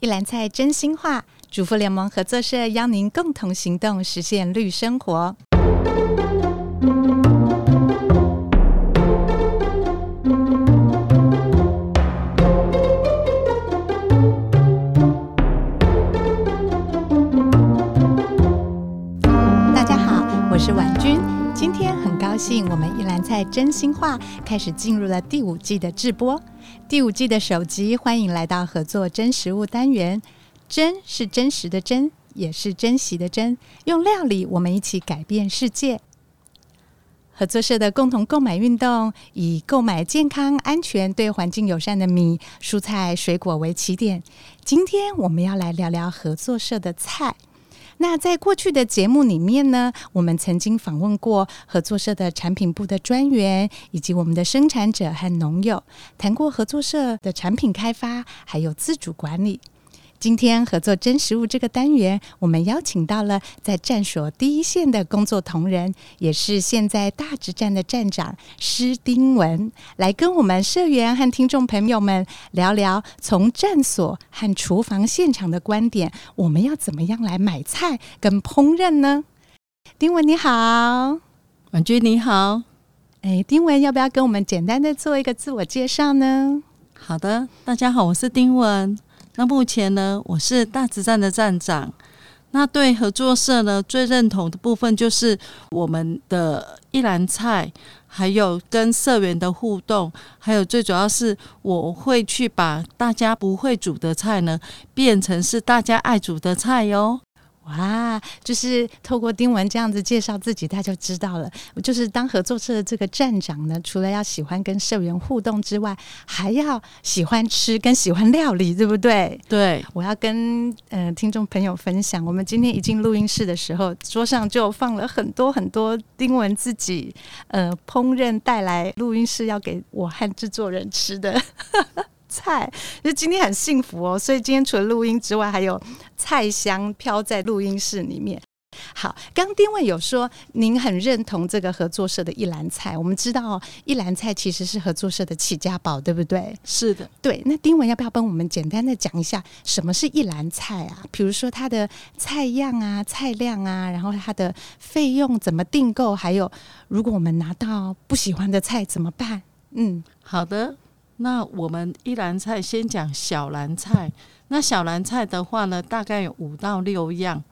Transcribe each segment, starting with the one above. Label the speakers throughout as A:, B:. A: 一篮菜真心话，主妇联盟合作社邀您共同行动，实现绿生活。大家好，我是婉君。今天很高兴，我们一篮菜真心话开始进入了第五季的直播。第五季的首集，欢迎来到合作真食物单元。真是真实的真，也是珍惜的珍。用料理，我们一起改变世界。合作社的共同购买运动，以购买健康、安全、对环境友善的米、蔬菜、水果为起点。今天我们要来聊聊合作社的菜。那在过去的节目里面呢，我们曾经访问过合作社的产品部的专员，以及我们的生产者和农友，谈过合作社的产品开发，还有自主管理。今天合作真实物这个单元，我们邀请到了在站所第一线的工作同仁，也是现在大直站的站长施丁文，来跟我们社员和听众朋友们聊聊从站所和厨房现场的观点，我们要怎么样来买菜跟烹饪呢？丁文你好，
B: 婉君你好，
A: 哎，丁文要不要跟我们简单的做一个自我介绍呢？
B: 好的，大家好，我是丁文。那目前呢，我是大直站的站长。那对合作社呢，最认同的部分就是我们的一篮菜，还有跟社员的互动，还有最主要是我会去把大家不会煮的菜呢，变成是大家爱煮的菜哦哟。
A: 哇，就是透过丁文这样子介绍自己，大家就知道了。就是当合作社的这个站长呢，除了要喜欢跟社员互动之外，还要喜欢吃跟喜欢料理，对不对？
B: 对，
A: 我要跟呃听众朋友分享，我们今天一进录音室的时候，桌上就放了很多很多丁文自己呃烹饪带来录音室要给我和制作人吃的 菜，就今天很幸福哦。所以今天除了录音之外，还有菜香飘在录音室里面。好，刚丁文有说您很认同这个合作社的一篮菜，我们知道、哦、一篮菜其实是合作社的起家宝，对不对？
B: 是的。
A: 对，那丁文要不要帮我们简单的讲一下什么是一篮菜啊？比如说它的菜样啊、菜量啊，然后它的费用怎么订购，还有如果我们拿到不喜欢的菜怎么办？嗯，
B: 好的，那我们一篮菜先讲小篮菜。那小篮菜的话呢，大概有五到六样。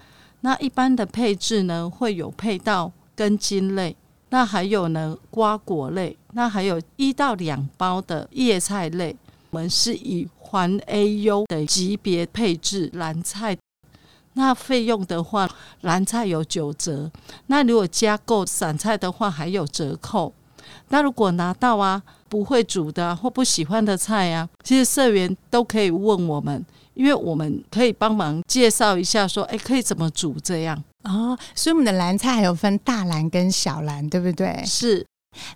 B: 那一般的配置呢，会有配到根茎类，那还有呢瓜果类，那还有一到两包的叶菜类。我们是以环 A 优的级别配置篮菜。那费用的话，篮菜有九折。那如果加购散菜的话，还有折扣。那如果拿到啊不会煮的、啊、或不喜欢的菜啊，其实社员都可以问我们，因为我们可以帮忙介绍一下说，诶，可以怎么煮这样。
A: 哦，所以我们的篮菜还有分大篮跟小篮，对不对？
B: 是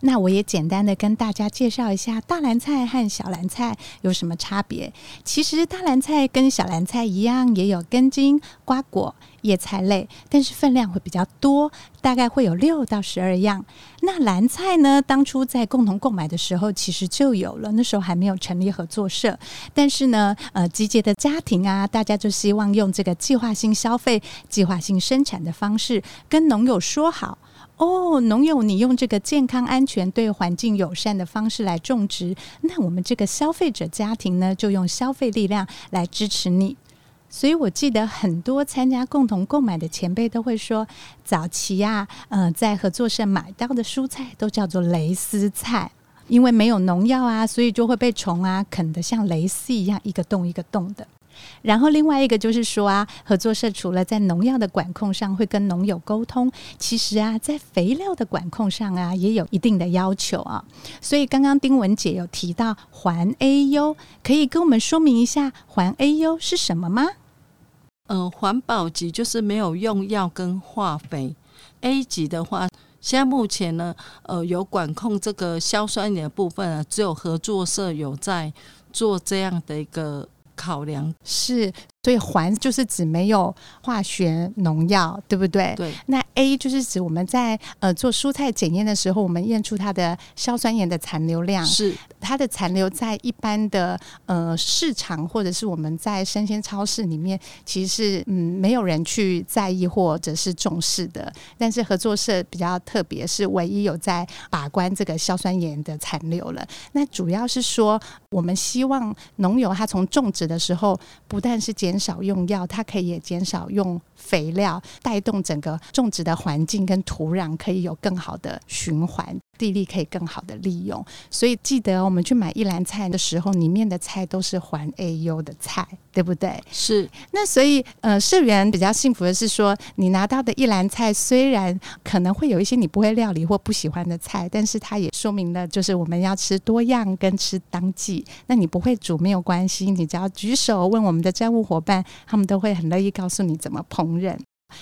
A: 那我也简单的跟大家介绍一下大蓝菜和小蓝菜有什么差别。其实大蓝菜跟小蓝菜一样，也有根茎、瓜果、叶菜类，但是分量会比较多，大概会有六到十二样。那蓝菜呢，当初在共同购买的时候其实就有了，那时候还没有成立合作社，但是呢，呃，集结的家庭啊，大家就希望用这个计划性消费、计划性生产的方式跟农友说好。哦，农友，你用这个健康、安全、对环境友善的方式来种植，那我们这个消费者家庭呢，就用消费力量来支持你。所以我记得很多参加共同购买的前辈都会说，早期啊，呃，在合作社买到的蔬菜都叫做蕾丝菜。因为没有农药啊，所以就会被虫啊啃得像蕾丝一样一个洞一个洞的。然后另外一个就是说啊，合作社除了在农药的管控上会跟农友沟通，其实啊，在肥料的管控上啊也有一定的要求啊。所以刚刚丁文姐有提到环 A U，可以跟我们说明一下环 A U 是什么吗？
B: 呃，环保级就是没有用药跟化肥。A 级的话，现在目前呢，呃，有管控这个硝酸盐的部分啊，只有合作社有在做这样的一个考量。
A: 是，所以环就是指没有化学农药，对不对？
B: 对，
A: 那 A 就是指我们在呃做蔬菜检验的时候，我们验出它的硝酸盐的残留量，
B: 是
A: 它的残留在一般的呃市场或者是我们在生鲜超市里面，其实是嗯没有人去在意或者是重视的。但是合作社比较特别，是唯一有在把关这个硝酸盐的残留了。那主要是说，我们希望农友他从种植的时候，不但是减少用药，它可以也减少用肥料，带动整个种植的环境跟土壤可以有更好的循环，地力可以更好的利用。所以记得哦我们去买一篮菜的时候，里面的菜都是环 A U 的菜，对不对？
B: 是
A: 那所以呃，社员比较幸福的是说，你拿到的一篮菜虽然可能会有一些你不会料理或不喜欢的菜，但是它也说明了就是我们要吃多样跟吃当季。那你不会煮没有关系，你只要举手问我们的站务伙伴，他们都会很乐意告诉你怎么烹饪。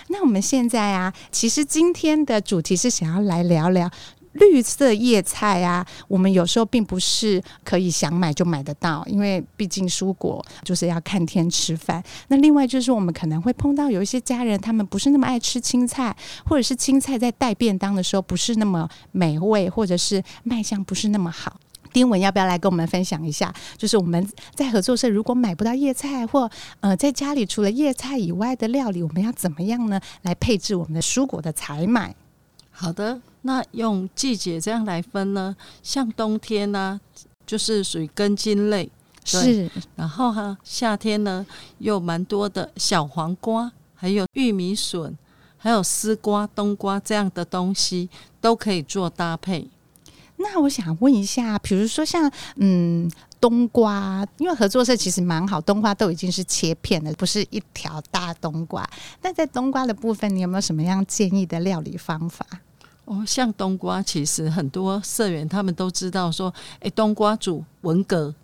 A: 那我们现在啊，其实今天的主题是想要来聊聊绿色叶菜啊，我们有时候并不是可以想买就买得到，因为毕竟蔬果就是要看天吃饭。那另外就是我们可能会碰到有一些家人，他们不是那么爱吃青菜，或者是青菜在带便当的时候不是那么美味，或者是卖相不是那么好。丁文要不要来跟我们分享一下？就是我们在合作社如果买不到叶菜，或呃在家里除了叶菜以外的料理，我们要怎么样呢？来配置我们的蔬果的采买？
B: 好的。那用季节这样来分呢，像冬天呢、就是属于根茎类，
A: 是
B: 然后哈、夏天呢有蛮多的小黄瓜，还有玉米笋，还有丝瓜、冬瓜这样的东西都可以做搭配。
A: 那我想问一下，比如说像嗯冬瓜，因为合作社其实蛮好，冬瓜都已经是切片了，不是一条大冬瓜。那在冬瓜的部分，你有没有什么样建议的料理方法？
B: 哦，像冬瓜，其实很多社员他们都知道说，诶，冬瓜煮文蛤。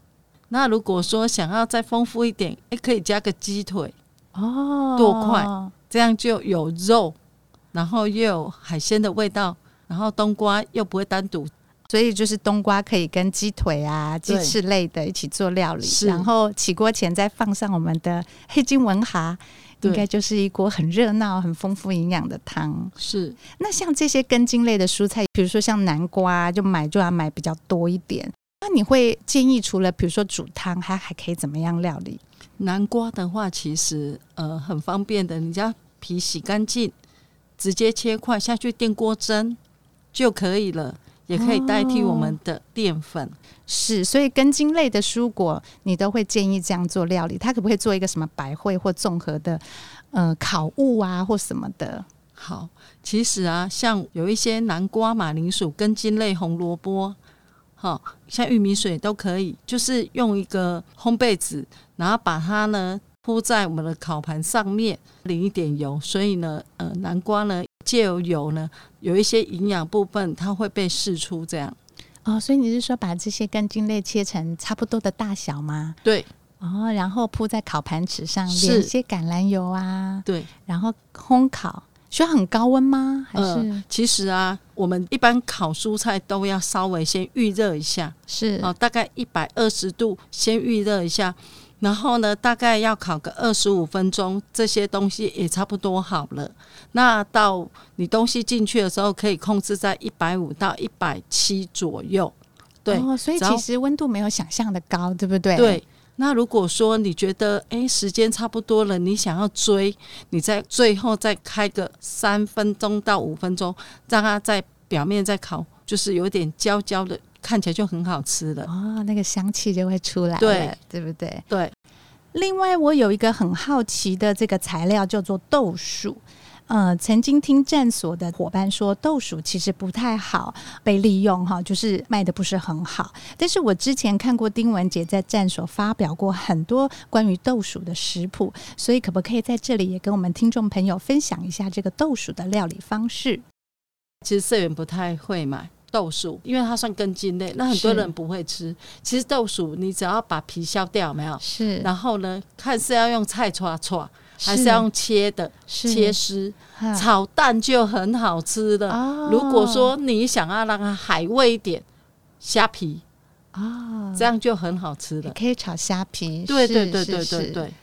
B: 那如果说想要再丰富一点，诶，可以加个鸡腿，
A: 哦
B: 剁块这样就有肉，然后又有海鲜的味道，然后冬瓜又不会单独
A: 所以就是冬瓜可以跟鸡腿啊、鸡
B: 对
A: 翅类的一起做料理，
B: 是
A: 然后起锅前再放上我们的黑金文蛤，
B: 对
A: 应该就是一锅很热闹、很丰富营养的汤。
B: 是
A: 那像这些根茎类的蔬菜，比如说像南瓜，就买就要买比较多一点。那你会建议除了比如说煮汤，还还可以怎么样料理？
B: 南瓜的话，其实呃很方便的，你将皮洗干净，直接切块下去电锅蒸就可以了，也可以代替我们的淀粉。
A: 是，所以根茎类的蔬果你都会建议这样做料理。它可不可以做一个什么百汇或综合的呃烤物啊或什么的？
B: 好，其实啊，像有一些南瓜、马铃薯、根茎类、红萝卜，好、像玉米水都可以，就是用一个烘焙纸，然后把它呢铺在我们的烤盘上面，淋一点油，所以呢，呃，南瓜呢借由油呢，有一些营养部分它会被释出，这样
A: 哦，所以你是说把这些根茎类切成差不多的大小吗？
B: 对
A: 哦，然后铺在烤盘纸上，
B: 是
A: 淋一些橄榄油啊，
B: 对。
A: 然后烘烤，需要很高温吗？还是、
B: 呃其实啊，我们一般烤蔬菜都要稍微先预热一下，
A: 是
B: 哦，大概一百二十度先预热一下，然后呢，大概要烤个二十五分钟，这些东西也差不多好了。那到你东西进去的时候，可以控制在一百五到一百七左右。对、
A: 哦，所以
B: 只要
A: 其实温度没有想象的高，对不对？，
B: 对。那如果说你觉得诶时间差不多了，你想要追，你在最后再开个三分钟到五分钟，让它在表面再烤，就是有点焦焦的，看起来就很好吃了。
A: 哦，那个香气就会出来了，
B: 对
A: 对不对？
B: 对，
A: 另外，我有一个很好奇的这个材料叫做豆薯。呃，曾经听战所的伙伴说，豆薯其实不太好被利用哈，就是卖的不是很好。但是我之前看过丁文杰在战所发表过很多关于豆薯的食谱，所以可不可以在这里也跟我们听众朋友分享一下这个豆薯的料理方式？
B: 其实社员不太会买豆薯，因为它算根茎类，那很多
A: 是
B: 人不会吃。其实豆薯你只要把皮削掉，有没有？
A: 是
B: 然后呢，看是要用菜叉叉，还是要用切的切丝，
A: 啊
B: 炒蛋就很好吃的。
A: 哦
B: 如果说你想要让它海味一点，虾皮
A: 啊，
B: 这样就很好吃
A: 也
B: 了。
A: 可以炒虾皮，
B: 对对
A: 哎是
B: 对
A: 是
B: 对对
A: 是
B: 对，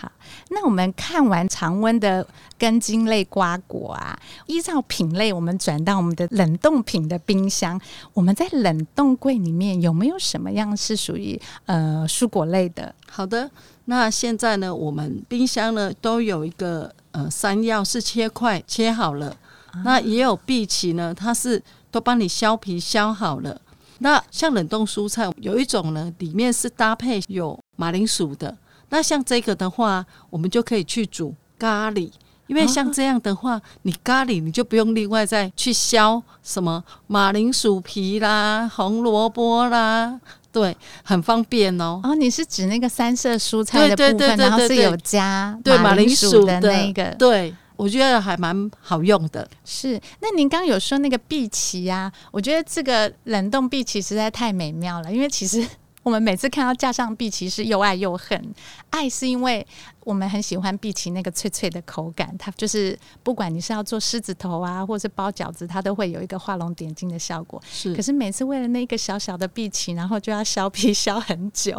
A: 好，那我们看完常温的根茎类瓜果啊，依照品类，我们转到我们的冷冻品的冰箱。我们在冷冻柜里面有没有什么样是属于呃蔬果类的？
B: 好的，那现在呢，我们冰箱呢都有一个呃山药是切块切好了，那也有碧琪呢，它是都帮你削皮削好了。那像冷冻蔬菜有一种呢，里面是搭配有马铃薯的。那像这个的话，我们就可以去煮咖喱，因为像这样的话，你咖喱你就不用另外再去削什么马铃薯皮啦、红萝卜啦，对，很方便哦。
A: 哦，你是指那个三色蔬菜的部分，
B: 对对对对对
A: 然后是有加
B: 对马
A: 铃
B: 铃薯
A: 的那一个。
B: 对，我觉得还蛮好用的。
A: 是，那您刚刚有说那个碧琪啊，我觉得这个冷冻碧琪实在太美妙了，因为其实我们每次看到架上碧琪是又爱又恨，爱是因为我们很喜欢碧琪那个脆脆的口感，它就是不管你是要做狮子头啊，或是包饺子，它都会有一个画龙点睛的效果。
B: 是
A: 可是每次为了那一个小小的碧琪，然后就要削皮 削很久，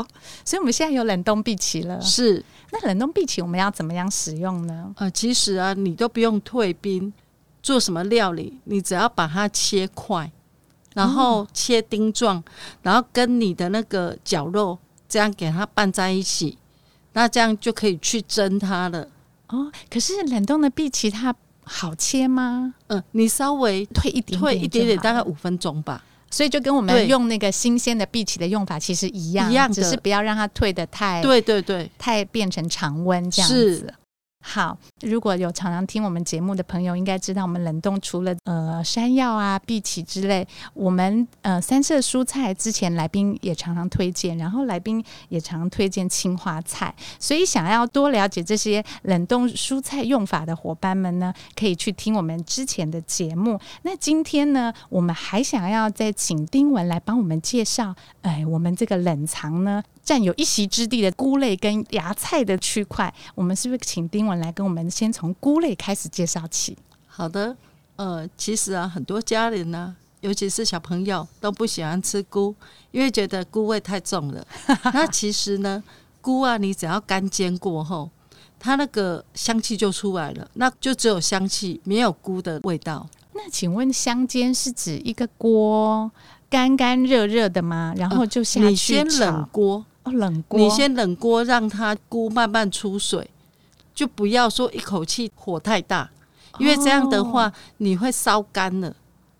A: 所以我们现在有冷冻碧琪了。
B: 是，
A: 那冷冻碧琪我们要怎么样使用呢？
B: 呃，其实啊，你都不用退冰，做什么料理，你只要把它切块，然后切丁状，然后跟你的那个绞肉这样给它拌在一起，那这样就可以去蒸它了。
A: 哦，可是冷冻的碧琪它好切吗？
B: 嗯、你稍微
A: 退一点点，
B: 退一点点，大概，五分钟吧。
A: 所以就跟我们
B: 对
A: 用那个新鲜的碧琪的用法其实一样，
B: 一样的
A: 只是不要让它退的太
B: 对对对，
A: 太变成常温这样子
B: 是。
A: 好，如果有常常听我们节目的朋友，应该知道我们冷冻除了呃山药啊、碧琪之类，我们呃三色蔬菜之前来宾也常常推荐，然后来宾也常推荐青花菜，所以想要多了解这些冷冻蔬菜用法的伙伴们呢，可以去听我们之前的节目。那今天呢，我们还想要再请丁文来帮我们介绍哎，我们这个冷藏呢，占有一席之地的菇类跟芽菜的区块，我们是不是请丁文来跟我们先从菇类开始介绍起？
B: 好的，呃，其实啊，很多家人呢、尤其是小朋友都不喜欢吃菇，因为觉得菇味太重 了。那其实呢，菇啊，你只要干煎过后，它那个香气就出来了，那就只有香气，没有菇的味道。
A: 那请问香煎是指一个锅干干热热的吗？然后就下
B: 你
A: 去
B: 先
A: 炒？
B: 冷锅，
A: 哦，冷锅。
B: 你先冷锅，让它菇慢慢出水，就不要说一口气火太大，因为这样的话、你会烧干了。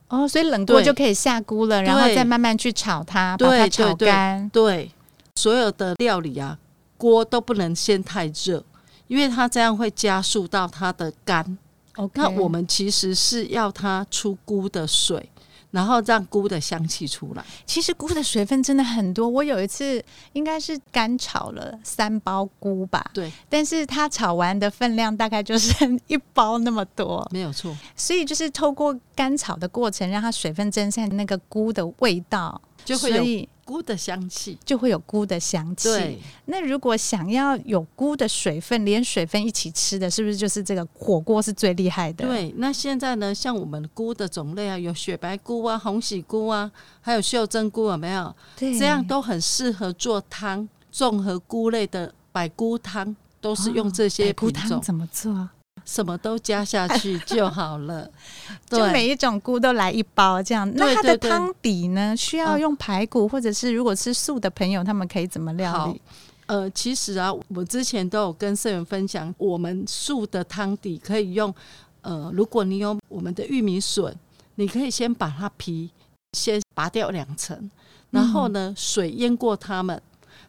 A: 哦，所以冷锅
B: 对
A: 就可以下菇了，然后
B: 对
A: 再慢慢去炒它，把
B: 对
A: 它
B: 对
A: 炒
B: 对
A: 干。
B: 对，所有的料理啊，锅都不能先太热，因为它这样会加速到它的干。
A: OK，
B: 那我们其实是要它出菇的水，然后让菇的香气出来。
A: 其实菇的水分真的很多。我有一次应该是干炒了三包菇吧，
B: 对，
A: 但是它炒完的分量大概就剩一包那么多，
B: 没有错。
A: 所以就是透过干炒的过程，让它水分蒸散那个菇的味道，
B: 就会
A: 所
B: 有
A: 以
B: 菇的香气。
A: 就会有菇的香气。
B: 对，
A: 那如果想要有菇的水分，连水分一起吃的，是不是就是这个火锅是最厉害的？，
B: 对，那现在呢，像我们菇的种类啊，有雪白菇啊、红喜菇啊，还有袖珍菇，有没有？
A: 对
B: 这样都很适合做汤，综合菇类的百菇汤都是用这些
A: 哦白哎菇
B: 品种
A: 汤。怎么做？啊
B: 什么都加下去就好了。
A: 就
B: 对，
A: 每一种菇都来一包这样。那它的
B: 对嗯对
A: 汤底呢？需要用排骨，或者是如果吃素的朋友，他们可以怎么料
B: 好
A: 理？。
B: 呃，其实啊，我之前都有跟社员分享，我们素的汤底可以用，呃，如果你有我们的玉米笋，你可以先把它皮先拔掉两层，然后
A: 嗯
B: 呢，水淹过它们，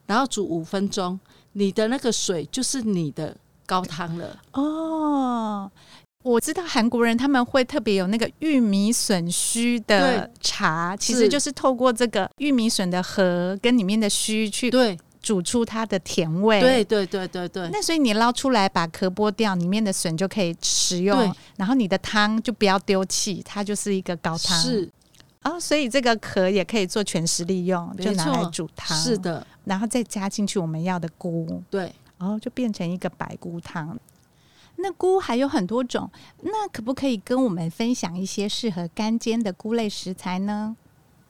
B: 然后煮五分钟，你的那个水就是你的高汤了。
A: 哦，我知道韩国人他们会特别有那个玉米笋须的茶，其实
B: 是
A: 就是透过这个玉米笋的核跟里面的须去
B: 对，
A: 煮出它的甜味。
B: 对，对，对，对，对。
A: 那所以你捞出来，把壳剥掉，里面的笋就可以食用
B: 对，
A: 然后你的汤就不要丢弃，它就是一个高汤。
B: 是
A: 哦，所以这个壳也可以做全食利用，
B: 没
A: 就拿来
B: 错
A: 煮汤。
B: 是，的，
A: 然后再加进去我们要的菇，
B: 对。
A: 然后就变成一个白菇汤。那菇还有很多种，那可不可以跟我们分享一些适合干煎的菇类食材呢？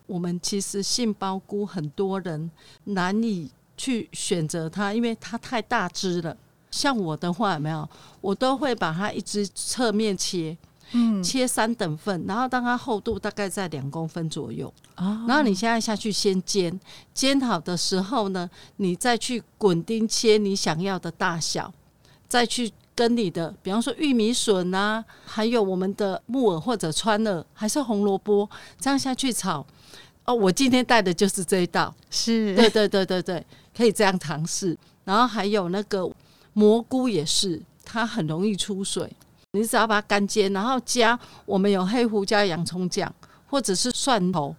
B: 我们其实杏鲍菇很多人难以去选择它，因为它太大只了。像我的话，有没有，我都会把它一只侧面切，
A: 嗯
B: 切三等份，然后让它厚度大概在两公分左右。
A: 哦，
B: 然后你现在下去先煎，煎好的时候呢，你再去滚钉切你想要的大小，再去跟你的，比方说玉米笋啊，还有我们的木耳或者川耳，还是红萝卜，这样下去炒。哦，我今天带的就是这一道，
A: 是
B: 对对对对对，可以这样尝试。然后还有那个蘑菇也是，它很容易出水，你只要把它干煎，然后加我们有黑胡椒、洋葱酱或者是蒜头，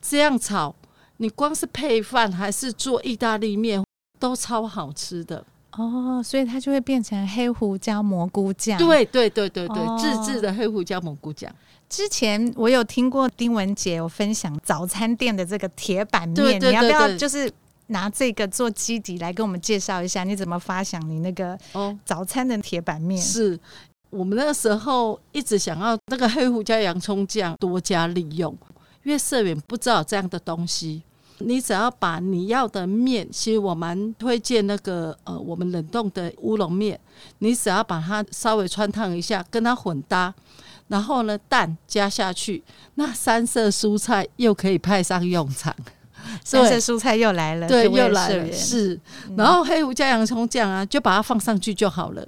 B: 这样炒，你光是配饭还是做意大利面都超好吃的。
A: 哦，所以它就会变成黑胡椒蘑菇酱。，
B: 对对对对对，
A: 哦
B: 自制的黑胡椒蘑菇酱。
A: 之前我有听过丁文杰有分享早餐店的这个铁板面，
B: 对对
A: 你要不
B: 对
A: 要
B: 对
A: 就是拿这个做基底来跟我们介绍一下，你怎么发想你那个
B: 哦，
A: 早餐的铁板面？
B: 是我们那个时候一直想要那个黑胡椒洋葱酱多加利用，因为社员不知道有这样的东西。你只要把你要的面，其实我蛮推荐那个呃，我们冷冻的乌龙面，你只要把它稍微穿烫一下，跟它混搭，然后呢蛋加下去，那三色蔬菜又可以派上用场。
A: 三色蔬菜又来了，
B: 对，
A: 各位
B: 又来
A: 社
B: 了，
A: 员
B: 是。然后黑胡椒洋葱酱啊，就把它放上去就好了。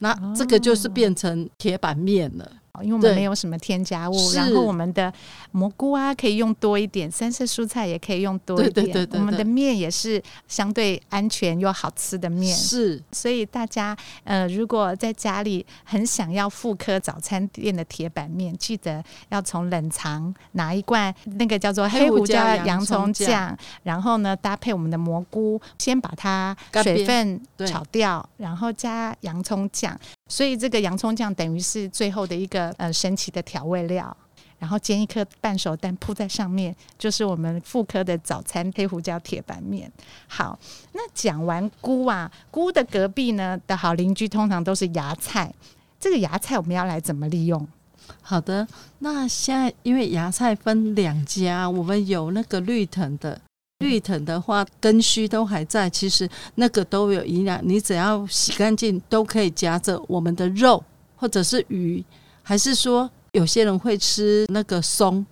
B: 那
A: 哦
B: 这个就是变成铁板面了。
A: 因为我们
B: 对
A: 没有什么添加物，
B: 是
A: 然后我们的蘑菇啊可以用多一点，三色蔬菜也可以用多一点，
B: 对对对对
A: 我们的
B: 对
A: 面也是相对安全又好吃的面。
B: 是，
A: 所以大家呃，如果在家里很想要复刻早餐店的铁板面，记得要从冷藏拿一罐那个叫做
B: 黑
A: 黑胡
B: 胡椒
A: 椒
B: 洋
A: 洋葱
B: 葱酱
A: 酱，然后呢搭配我们的蘑菇，先把它
B: 干
A: 水
B: 煸
A: 分
B: 对
A: 炒掉，然后加洋葱酱。所以这个洋葱酱等于是最后的一个呃神奇的调味料。然后煎一颗半熟蛋铺在上面，就是我们妇科的早餐黑胡椒铁板面。好，那讲完菇啊，菇的隔壁呢的好邻居通常都是芽菜。这个芽菜我们要来怎么利用？
B: 好的。那现在因为芽菜分两家，我们有那个绿藤的。绿藤的话，根须都还在，其实那个都有营养，你只要洗干净，都可以夹着我们的肉或者是鱼，还是说有些人会吃那个松，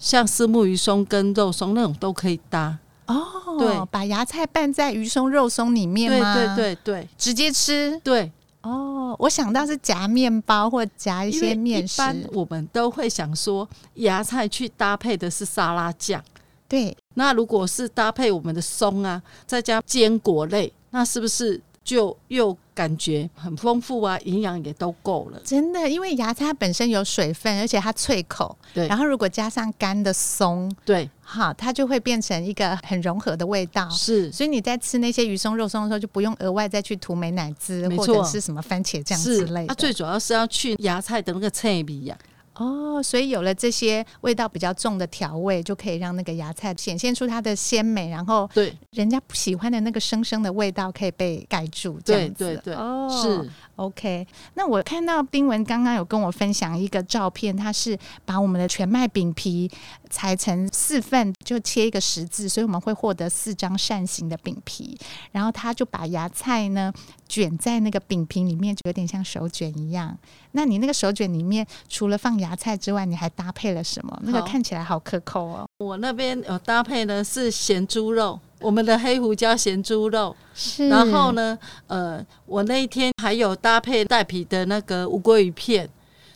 B: 像丝木鱼松跟肉松那种都可以搭。
A: 哦
B: 对
A: 把芽菜拌在鱼松肉松里面
B: 对
A: 吗？
B: 对，对对
A: 直接吃。
B: 对，
A: 哦，我想到是夹面包或夹一
B: 因
A: 些
B: 为
A: 面食
B: 一。般我们都会想说，芽菜去搭配的是沙拉酱。
A: 对，
B: 那如果是搭配我们的松啊，再加坚果类，那是不是就又感觉很丰富啊？营养也都够了。
A: 真的，因为芽菜它本身有水分，而且它脆口。
B: 对
A: 然后如果加上干的松，
B: 对，
A: 哈，它就会变成一个很融合的味道。
B: 是
A: 所以你在吃那些鱼松、肉松的时候，就不用额外再去涂美乃滋
B: 没
A: 或
B: 错
A: 者是什么番茄酱之
B: 是
A: 类，的。
B: 它最主要是要去芽菜的那个脆味呀、
A: 哦，所以有了这些味道比较重的调味，就可以让那个芽菜显现出它的鲜美，然后
B: 对
A: 人家不喜欢的那个生生的味道可以被盖住。这
B: 对
A: 样子
B: 对对，
A: 哦，
B: 是
A: OK，那我看到丁文刚刚有跟我分享一个照片，他是把我们的全麦饼皮裁成四份，就切一个十字，所以我们会获得四张扇形的饼皮。然后他就把芽菜呢卷在那个饼皮里面，就有点像手卷一样。那你那个手卷里面除了放芽菜之外，你还搭配了什么？那个
B: 好
A: 看起来好可口哦。
B: 我那边有搭配呢是咸猪肉，我们的黑胡椒咸猪肉。
A: 是
B: 然后？呢，呃，我那一天还有搭配带皮的那个乌龟鱼片，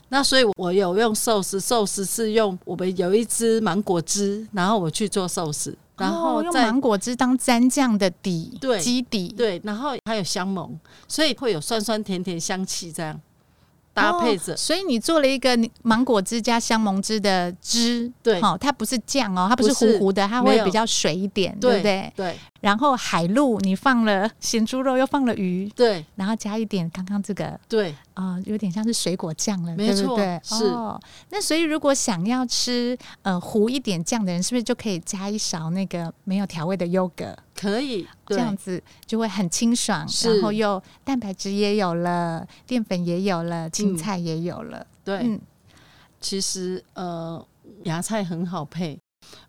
B: 那所以我有用寿司，寿司是用我们有一支芒果汁，然后我去做寿司，然
A: 哦
B: 后
A: 用
B: 再、
A: 芒果汁当蘸酱的底，
B: 对
A: 基底，
B: 对，然后还有香檬，所以会有酸酸甜甜香气这样搭配着。
A: 哦所以你做了一个芒果汁加香檬汁的汁，
B: 对
A: 好、它不是酱哦，它不是
B: 不是
A: 糊糊的，它
B: 没
A: 会
B: 有
A: 比较水一点，
B: 对
A: 不对？
B: 对
A: 然后海陆你放了咸猪肉，又放了鱼，
B: 对
A: 然后加一点刚刚这个。
B: 对，
A: 呃，有点像是水果酱了，
B: 没
A: 对不
B: 错
A: 对？
B: 是
A: 哦。那所以如果想要吃呃糊一点酱的人，是不是就可以加一勺那个没有调味的优格？
B: 可以
A: 这
B: 对
A: 样子就会很清爽，
B: 是
A: 然后又蛋白质也有了，淀粉也有了，青菜也有了。
B: 嗯对。
A: 嗯
B: 其实呃，芽菜很好配。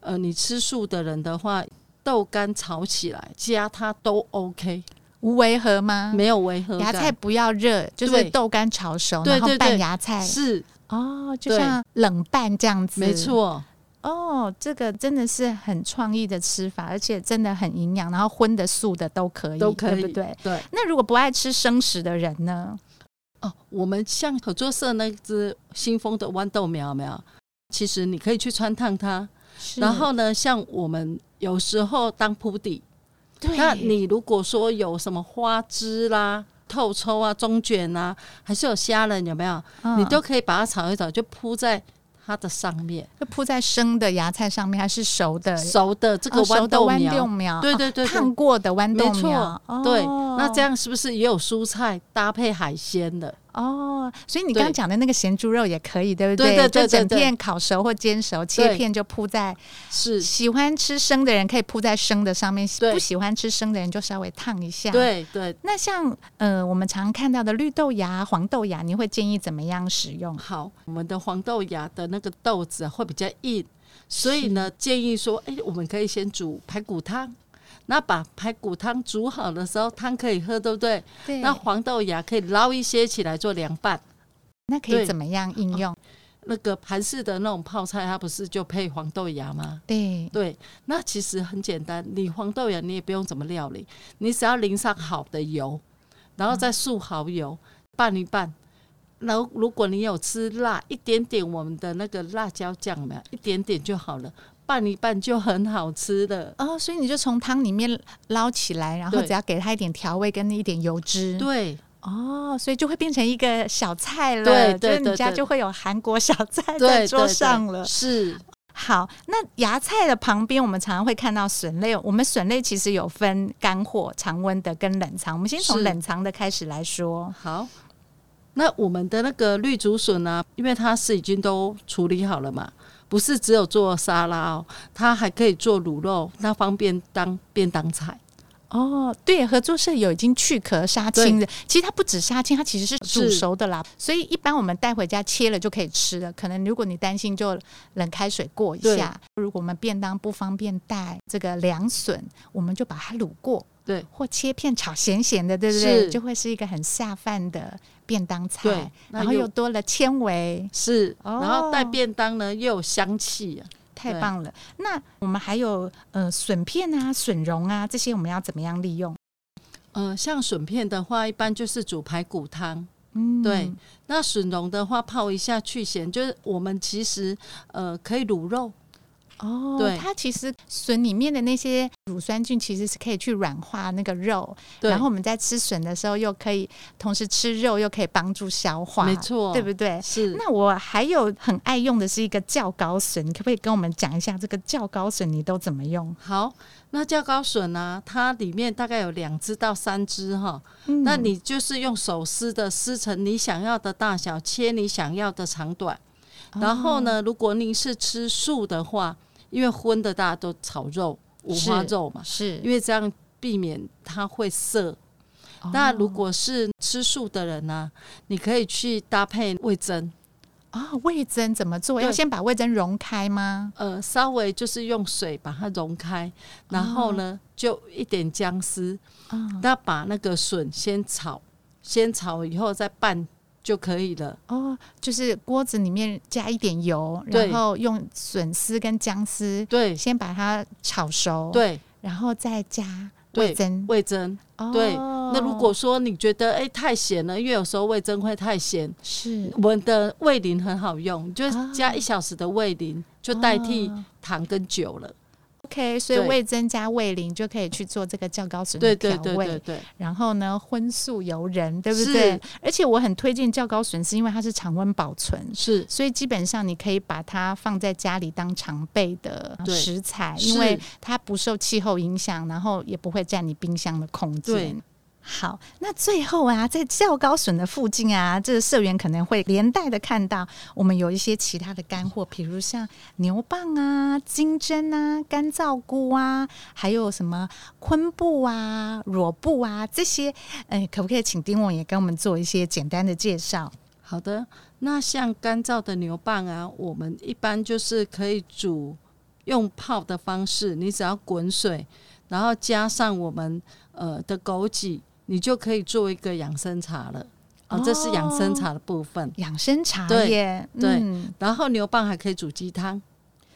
B: 呃，你吃素的人的话，豆干炒起来加它都 OK。
A: 无违和吗？
B: 没有违和
A: 芽
B: 感。
A: 菜不要热，就是
B: 对
A: 豆干炒熟，
B: 对
A: 然后
B: 对
A: 拌
B: 对
A: 芽菜。
B: 是
A: 哦，就
B: 对
A: 像冷拌这样子，
B: 没。错，
A: 哦，这个真的是很创意的吃法，而且真的很营养，然后荤的、素的都可以，
B: 都可以，
A: 对不对？？
B: 对。
A: 那如果不爱吃生食的人呢？
B: 哦，我们像合作社那只新丰的豌豆苗有没有？其实你可以去穿烫它，然后呢，像我们有时候当铺底，
A: 对，
B: 那你如果说有什么花枝啦、透抽啊、中卷啊，还是有虾仁有没有？
A: 嗯
B: 你都可以把它炒一炒，就铺在它的上面，
A: 就铺在生的芽菜上面，还是熟的？
B: 熟的这个
A: 哦熟
B: 豌
A: 的
B: 豆
A: 豌
B: 苗
A: 豆，苗，
B: 对
A: 哦
B: 对对对
A: 烫过的豌豆
B: 没错
A: 苗，哦
B: 对，那这样是不是也有蔬菜搭配海鲜的？
A: 哦，所以你
B: 对
A: 刚刚讲的那个咸猪肉也可以，对不
B: 对对对
A: 就整
B: 对对
A: 片烤熟或煎熟，切
B: 对
A: 片就铺在
B: 是，
A: 喜欢吃生的人可以铺在生的上面，
B: 对
A: 不喜欢吃生的人就稍微烫一下。，
B: 对对，
A: 那像呃我们常看到的绿豆芽、黄豆芽，你会建议怎么样使用？
B: 好，我们的黄豆芽的那个豆子啊会比较硬，所以呢，建议说，哎、我们可以先煮排骨汤。那把排骨汤煮好的时候，汤可以喝，对不对？
A: 对
B: 那
A: 那
B: 黄豆芽可以捞一些起来做凉拌。
A: 那可以
B: 对
A: 怎么样应用？
B: 那个韩式的那种泡菜，它不是就配黄豆芽吗？
A: 对，
B: 对，那其实很简单，你黄豆芽你也不用怎么料理，你只要淋上好的油，然后再素蚝油拌一拌。然后如果你有吃辣，一点点我们的那个辣椒酱有没有，一点点就好了，拌一拌就很好吃了。
A: 哦，所以你就从汤里面捞起来，然后
B: 对
A: 只要给它一点调味跟一点油脂。
B: 对
A: 哦，所以就会变成一个小菜了，
B: 对对
A: 就是
B: 对
A: 你家
B: 对
A: 就会有韩国小 菜
B: 对，
A: 在
B: 对
A: 桌
B: 对
A: 上了。
B: 是
A: 好，那芽菜的旁边，我们常常会看到笋类。我们笋类其实有分干货、常温的跟冷藏。我们先从
B: 是
A: 冷藏的开始来说。
B: 好。那我们的那个绿竹笋呢、因为它是已经都处理好了嘛，不是只有做沙拉哦，它还可以做卤肉，那方便当便当菜。
A: 哦，对，合作社有已经去壳杀青的，其实它不止杀青，它其实是煮
B: 是
A: 熟的啦。所以一般我们带回家切了就可以吃了。可能如果你担心，就冷开水过一
B: 对
A: 下。如果我们便当不方便带这个凉笋，我们就把它卤过。
B: 对，
A: 或切片炒咸咸的，对不对？
B: 是
A: 就会是一个很下饭的便当菜。
B: 对那
A: 然后
B: 又
A: 又多了纤维，
B: 是，
A: 哦
B: 然后带便当呢又有香气、啊，
A: 太
B: 对
A: 棒了！那我们还有呃笋片啊、笋蓉啊这些，我们要怎么样利用？
B: 呃，像笋片的话，一般就是煮排骨汤。
A: 嗯，
B: 对，那笋蓉的话，泡一下去咸，就是我们其实呃可以卤肉，
A: 哦，
B: 对
A: 它其实笋里面的那些乳酸菌其实是可以去软化那个肉，
B: 对，
A: 然后我们在吃笋的时候又可以同时吃肉，又可以帮助消化，
B: 没，错，
A: 对不对？
B: 是
A: 那我还有很爱用的是一个较高笋，你可不可以跟我们讲一下这个较高笋你都怎么用？
B: 好。那较高笋呢、它里面大概有两只到三只哈，
A: 嗯
B: 那你就是用手撕的，撕成你想要的大小，切你想要的长短。然后呢，如果您是吃素的话，因为荤的大家都炒肉，五花
A: 是
B: 肉嘛，
A: 是
B: 因为这样避免它会涩。
A: 哦
B: 那如果是吃素的人呢、你可以去搭配味噌，
A: 哦，味增怎么做？
B: 对
A: 要先把味增融开吗？
B: 呃，稍微就是用水把它融开，然后呢，
A: 哦
B: 就一点姜丝，
A: 啊、
B: 那把那个笋先炒，先炒以后再拌就可以了。
A: 哦，就是锅子里面加一点油，
B: 对
A: 然后用笋丝跟姜丝
B: 对
A: 先把它炒熟，，
B: 对，
A: 然后再加
B: 对
A: 味增。
B: 味噌。
A: 哦
B: 对那如果说你觉得哎、太咸了，因为有时候味噌会太咸，
A: 是
B: 我们的味淋很好用，就
A: 啊
B: 加一小时的味淋就代替
A: 哦
B: 糖跟酒了。
A: OK，所以
B: 对
A: 味增加味淋就可以去做这个较高笋
B: 对
A: 的
B: 对
A: 调
B: 对对
A: 味。
B: 对，
A: 然后呢，荤素由人，对不
B: 是
A: 对？而且我很推荐较高笋，是因为它是常温保存，
B: 是
A: 所以基本上你可以把它放在家里当常备的
B: 对
A: 食材，
B: 是
A: 因为它不受气候影响，然后也不会占你冰箱的空
B: 对
A: 间。好，那最后啊，在较高笋的附近啊，这个社员可能会连带的看到我们有一些其他的干货，比如像牛蒡啊、金针啊、干燥菇啊，还有什么昆布啊、裸布啊这些。哎、可不可以请丁文也跟我们做一些简单的介绍？
B: 好的，那像干燥的牛蒡啊，我们一般就是可以煮用泡的方式，你只要滚水，然后加上我们呃的枸杞，你就可以做一个养生茶了。哦，这是养生茶的部分。
A: 养生茶
B: 对
A: 耶，
B: 对
A: 嗯
B: 然后牛蒡还可以煮鸡汤，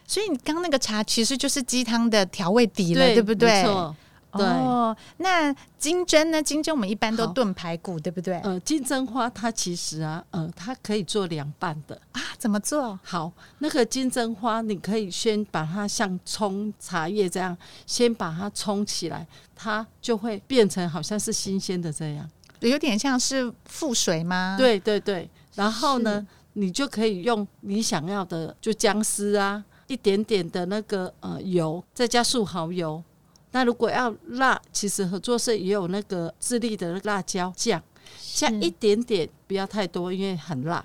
A: 所以你刚那个茶其实就是鸡汤的调味底了，对不对？
B: 没错。对
A: 哦，那金针呢？金针我们一般都
B: 好
A: 炖排骨，对不对？
B: 呃，金针花它其实啊，呃，它可以做凉拌的。
A: 啊，怎么做？
B: 好，那个金针花，你可以先把它像冲茶叶这样，先把它冲起来，它就会变成好像是新鲜的这样。
A: 有点像是复水吗？，
B: 对对对，然后
A: 啊是
B: 呢，你就可以用你想要的，就姜丝啊，一点点的那个呃油，再加素蚝油。那如果要辣，其实合作社也有那个智利的辣椒酱，加一点点，不要太多，因为很辣。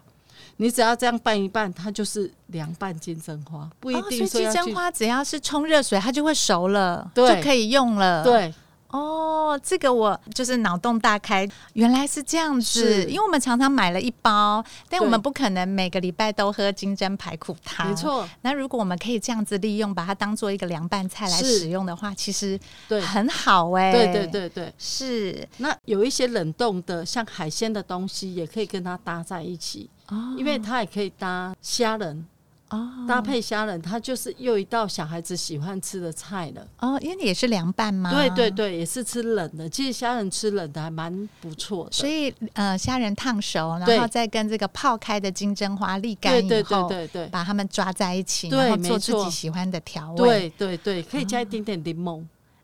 B: 你只要这样拌一拌，它就是凉拌金针花，不一
A: 哦，所
B: 定
A: 以
B: 说
A: 金
B: 要去。
A: 针花只要是冲热水，它就会熟了，
B: 对
A: 就可以用了。，
B: 对，
A: 哦，这个我就是脑洞大开，原来是这样子。
B: 是
A: 因为我们常常买了一包，但
B: 对
A: 我们不可能每个礼拜都喝金针排骨汤。
B: 没。错，
A: 那如果我们可以这样子利用，把它当做一个凉拌菜来
B: 是
A: 使用的话，其实
B: 对，
A: 很好哎、
B: 对对，对对。
A: 是
B: 那有一些冷冻的，像海鲜的东西，也可以跟它搭在一起，
A: 哦
B: 因为它也可以搭虾仁，
A: 哦
B: 搭配虾仁，它就是又一道小孩子喜欢吃的菜了。
A: 哦，因为也是凉拌吗？
B: 对对。对，也是吃冷的，其实虾仁吃冷的还蛮不错的。
A: 所以呃，虾仁烫熟，
B: 对
A: 然后再跟这个泡开的金针花沥干以
B: 对
A: 后，
B: 对对对对
A: 把它们抓在一起，
B: 对
A: 然后做
B: 没
A: 自
B: 错
A: 己喜欢的调味，
B: 对对对，可以加一点点柠檬，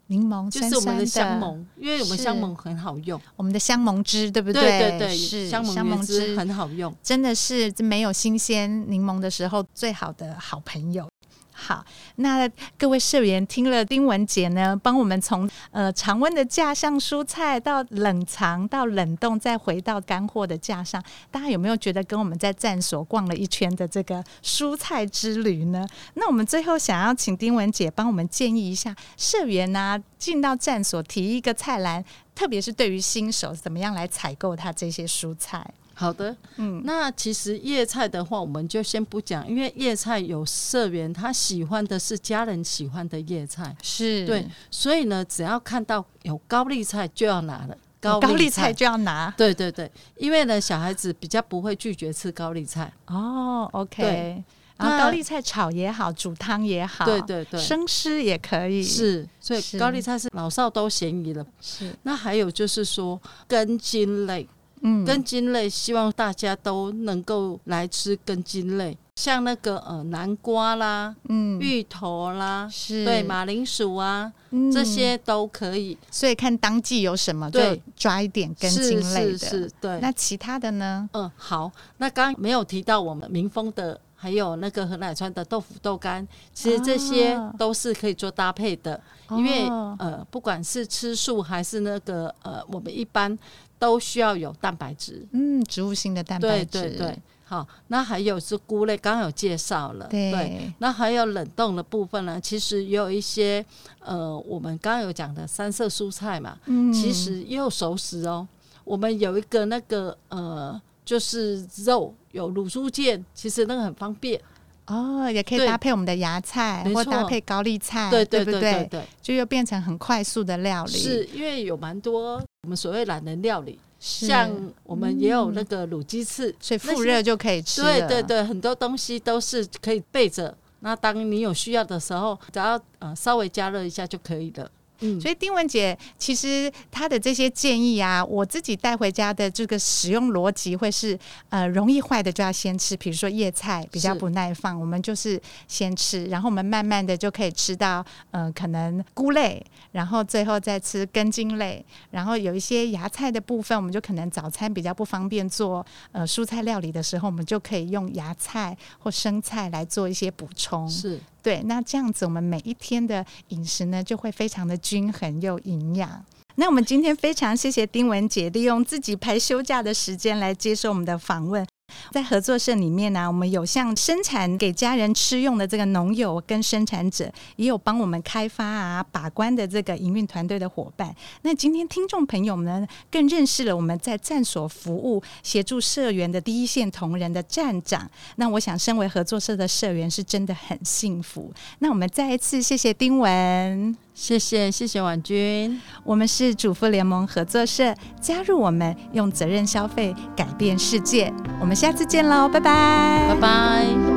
A: 柠檬
B: 就
A: 酸
B: 是我们
A: 酸
B: 的
A: 的
B: 香，檬，因为我们
A: 是
B: 香檬很好用。
A: 我们的香檬汁，对不
B: 对
A: 对
B: 对，
A: 是
B: 香
A: 香
B: 檬
A: 檬
B: 原汁很好用。
A: 真的是没有新鲜柠檬的时候最好的好朋友。好，那各位社员听了丁文杰呢，帮我们从呃常温的架上蔬菜到冷藏到冷冻，再回到干货的架上，大家有没有觉得跟我们在站所逛了一圈的这个蔬菜之旅呢？那我们最后想要请丁文姐帮我们建议一下，社员呢、进到站所提一个菜篮，特别是对于新手怎么样来采购它这些蔬菜？
B: 好的，
A: 嗯，
B: 那其实叶菜的话，我们就先不讲，因为叶菜有社员他喜欢的是家人喜欢的叶菜，
A: 是
B: 对所以呢，只要看到有高丽菜就要拿了。
A: 哦高
B: 丽
A: 丽菜就要拿
B: 对对对，因为呢，小孩子比较不会拒绝吃高丽菜。
A: 哦，OK
B: 对。
A: 然后
B: 那
A: 高丽菜炒也好，煮汤也好，
B: 对对对，
A: 生吃也可以，
B: 是，所以
A: 是
B: 高丽菜是老少都嫌疑了。
A: 是，
B: 那还有就是说根茎类，
A: 嗯，
B: 根茎类希望大家都能够来吃根茎类，像那个呃南瓜啦、
A: 嗯
B: 芋头啦，
A: 是
B: 嗯对马铃薯啊，
A: 嗯
B: 这些都可以。
A: 所以看当季有什么就
B: 对
A: 抓一点根茎类的。
B: 是是是，对。
A: 那其他的呢？
B: 嗯，好，那刚刚没有提到我们民丰的，还有那个河南川的豆腐豆干，其实这些
A: 啊
B: 都是可以做搭配的，因为
A: 哦
B: 呃，不管是吃素还是那个呃，我们一般都需要有蛋白质，
A: 嗯，植物性的蛋白
B: 对
A: 质，
B: 对对，好，那还有是菇类，刚刚有介绍了，
A: 对
B: 那还有冷冻的部分呢，其实也有一些呃，我们刚刚有讲的三色蔬菜嘛，
A: 嗯，
B: 其实也有熟食哦。我们有一个那个呃，就是肉有卤猪腱，其实那个很方便。
A: 哦，也可以
B: 对
A: 搭配我们的芽菜，
B: 没
A: 或
B: 错
A: 搭配高丽菜，
B: 对
A: 哎对
B: 对
A: 不
B: 对对，
A: 就又变成很快速的料理，
B: 是因为有蛮多我们所谓懒人料理，
A: 是嗯
B: 像我们也有那个卤鸡翅，
A: 所以
B: 那
A: 复
B: 些
A: 热就可以吃了，
B: 对对对，很多东西都是可以备着。那当你有需要的时候，只要呃稍微加热一下就可以了。嗯，
A: 所以丁文姐其实她的这些建议啊，我自己带回家的这个使用逻辑会是，呃，容易坏的就要先吃，比如说叶菜比较
B: 是
A: 不耐放，我们就是先吃，然后我们慢慢的就可以吃到，呃，可能菇类，然后最后再吃根茎类，然后有一些芽菜的部分，我们就可能早餐比较不方便做，呃，蔬菜料理的时候，我们就可以用芽菜或生菜来做一些补充。
B: 是
A: 对，那这样子我们每一天的饮食呢，就会非常的均衡又营养。那我们今天非常谢谢丁文姐利用自己排休假的时间来接受我们的访问。在合作社里面呢、我们有像生产给家人吃用的这个农友跟生产者，也有帮我们开发啊、把关的这个营运团队的伙伴。那今天听众朋友们呢，更认识了我们在站所服务、协助社员的第一线同仁的站长。那我想，身为合作社的社员是真的很幸福。那我们再一次谢谢丁文，
B: 谢谢，谢谢婉君，
A: 我们是主妇联盟合作社，加入我们，用责任消费改变世界。我们下次见喽，拜拜，
B: 拜拜。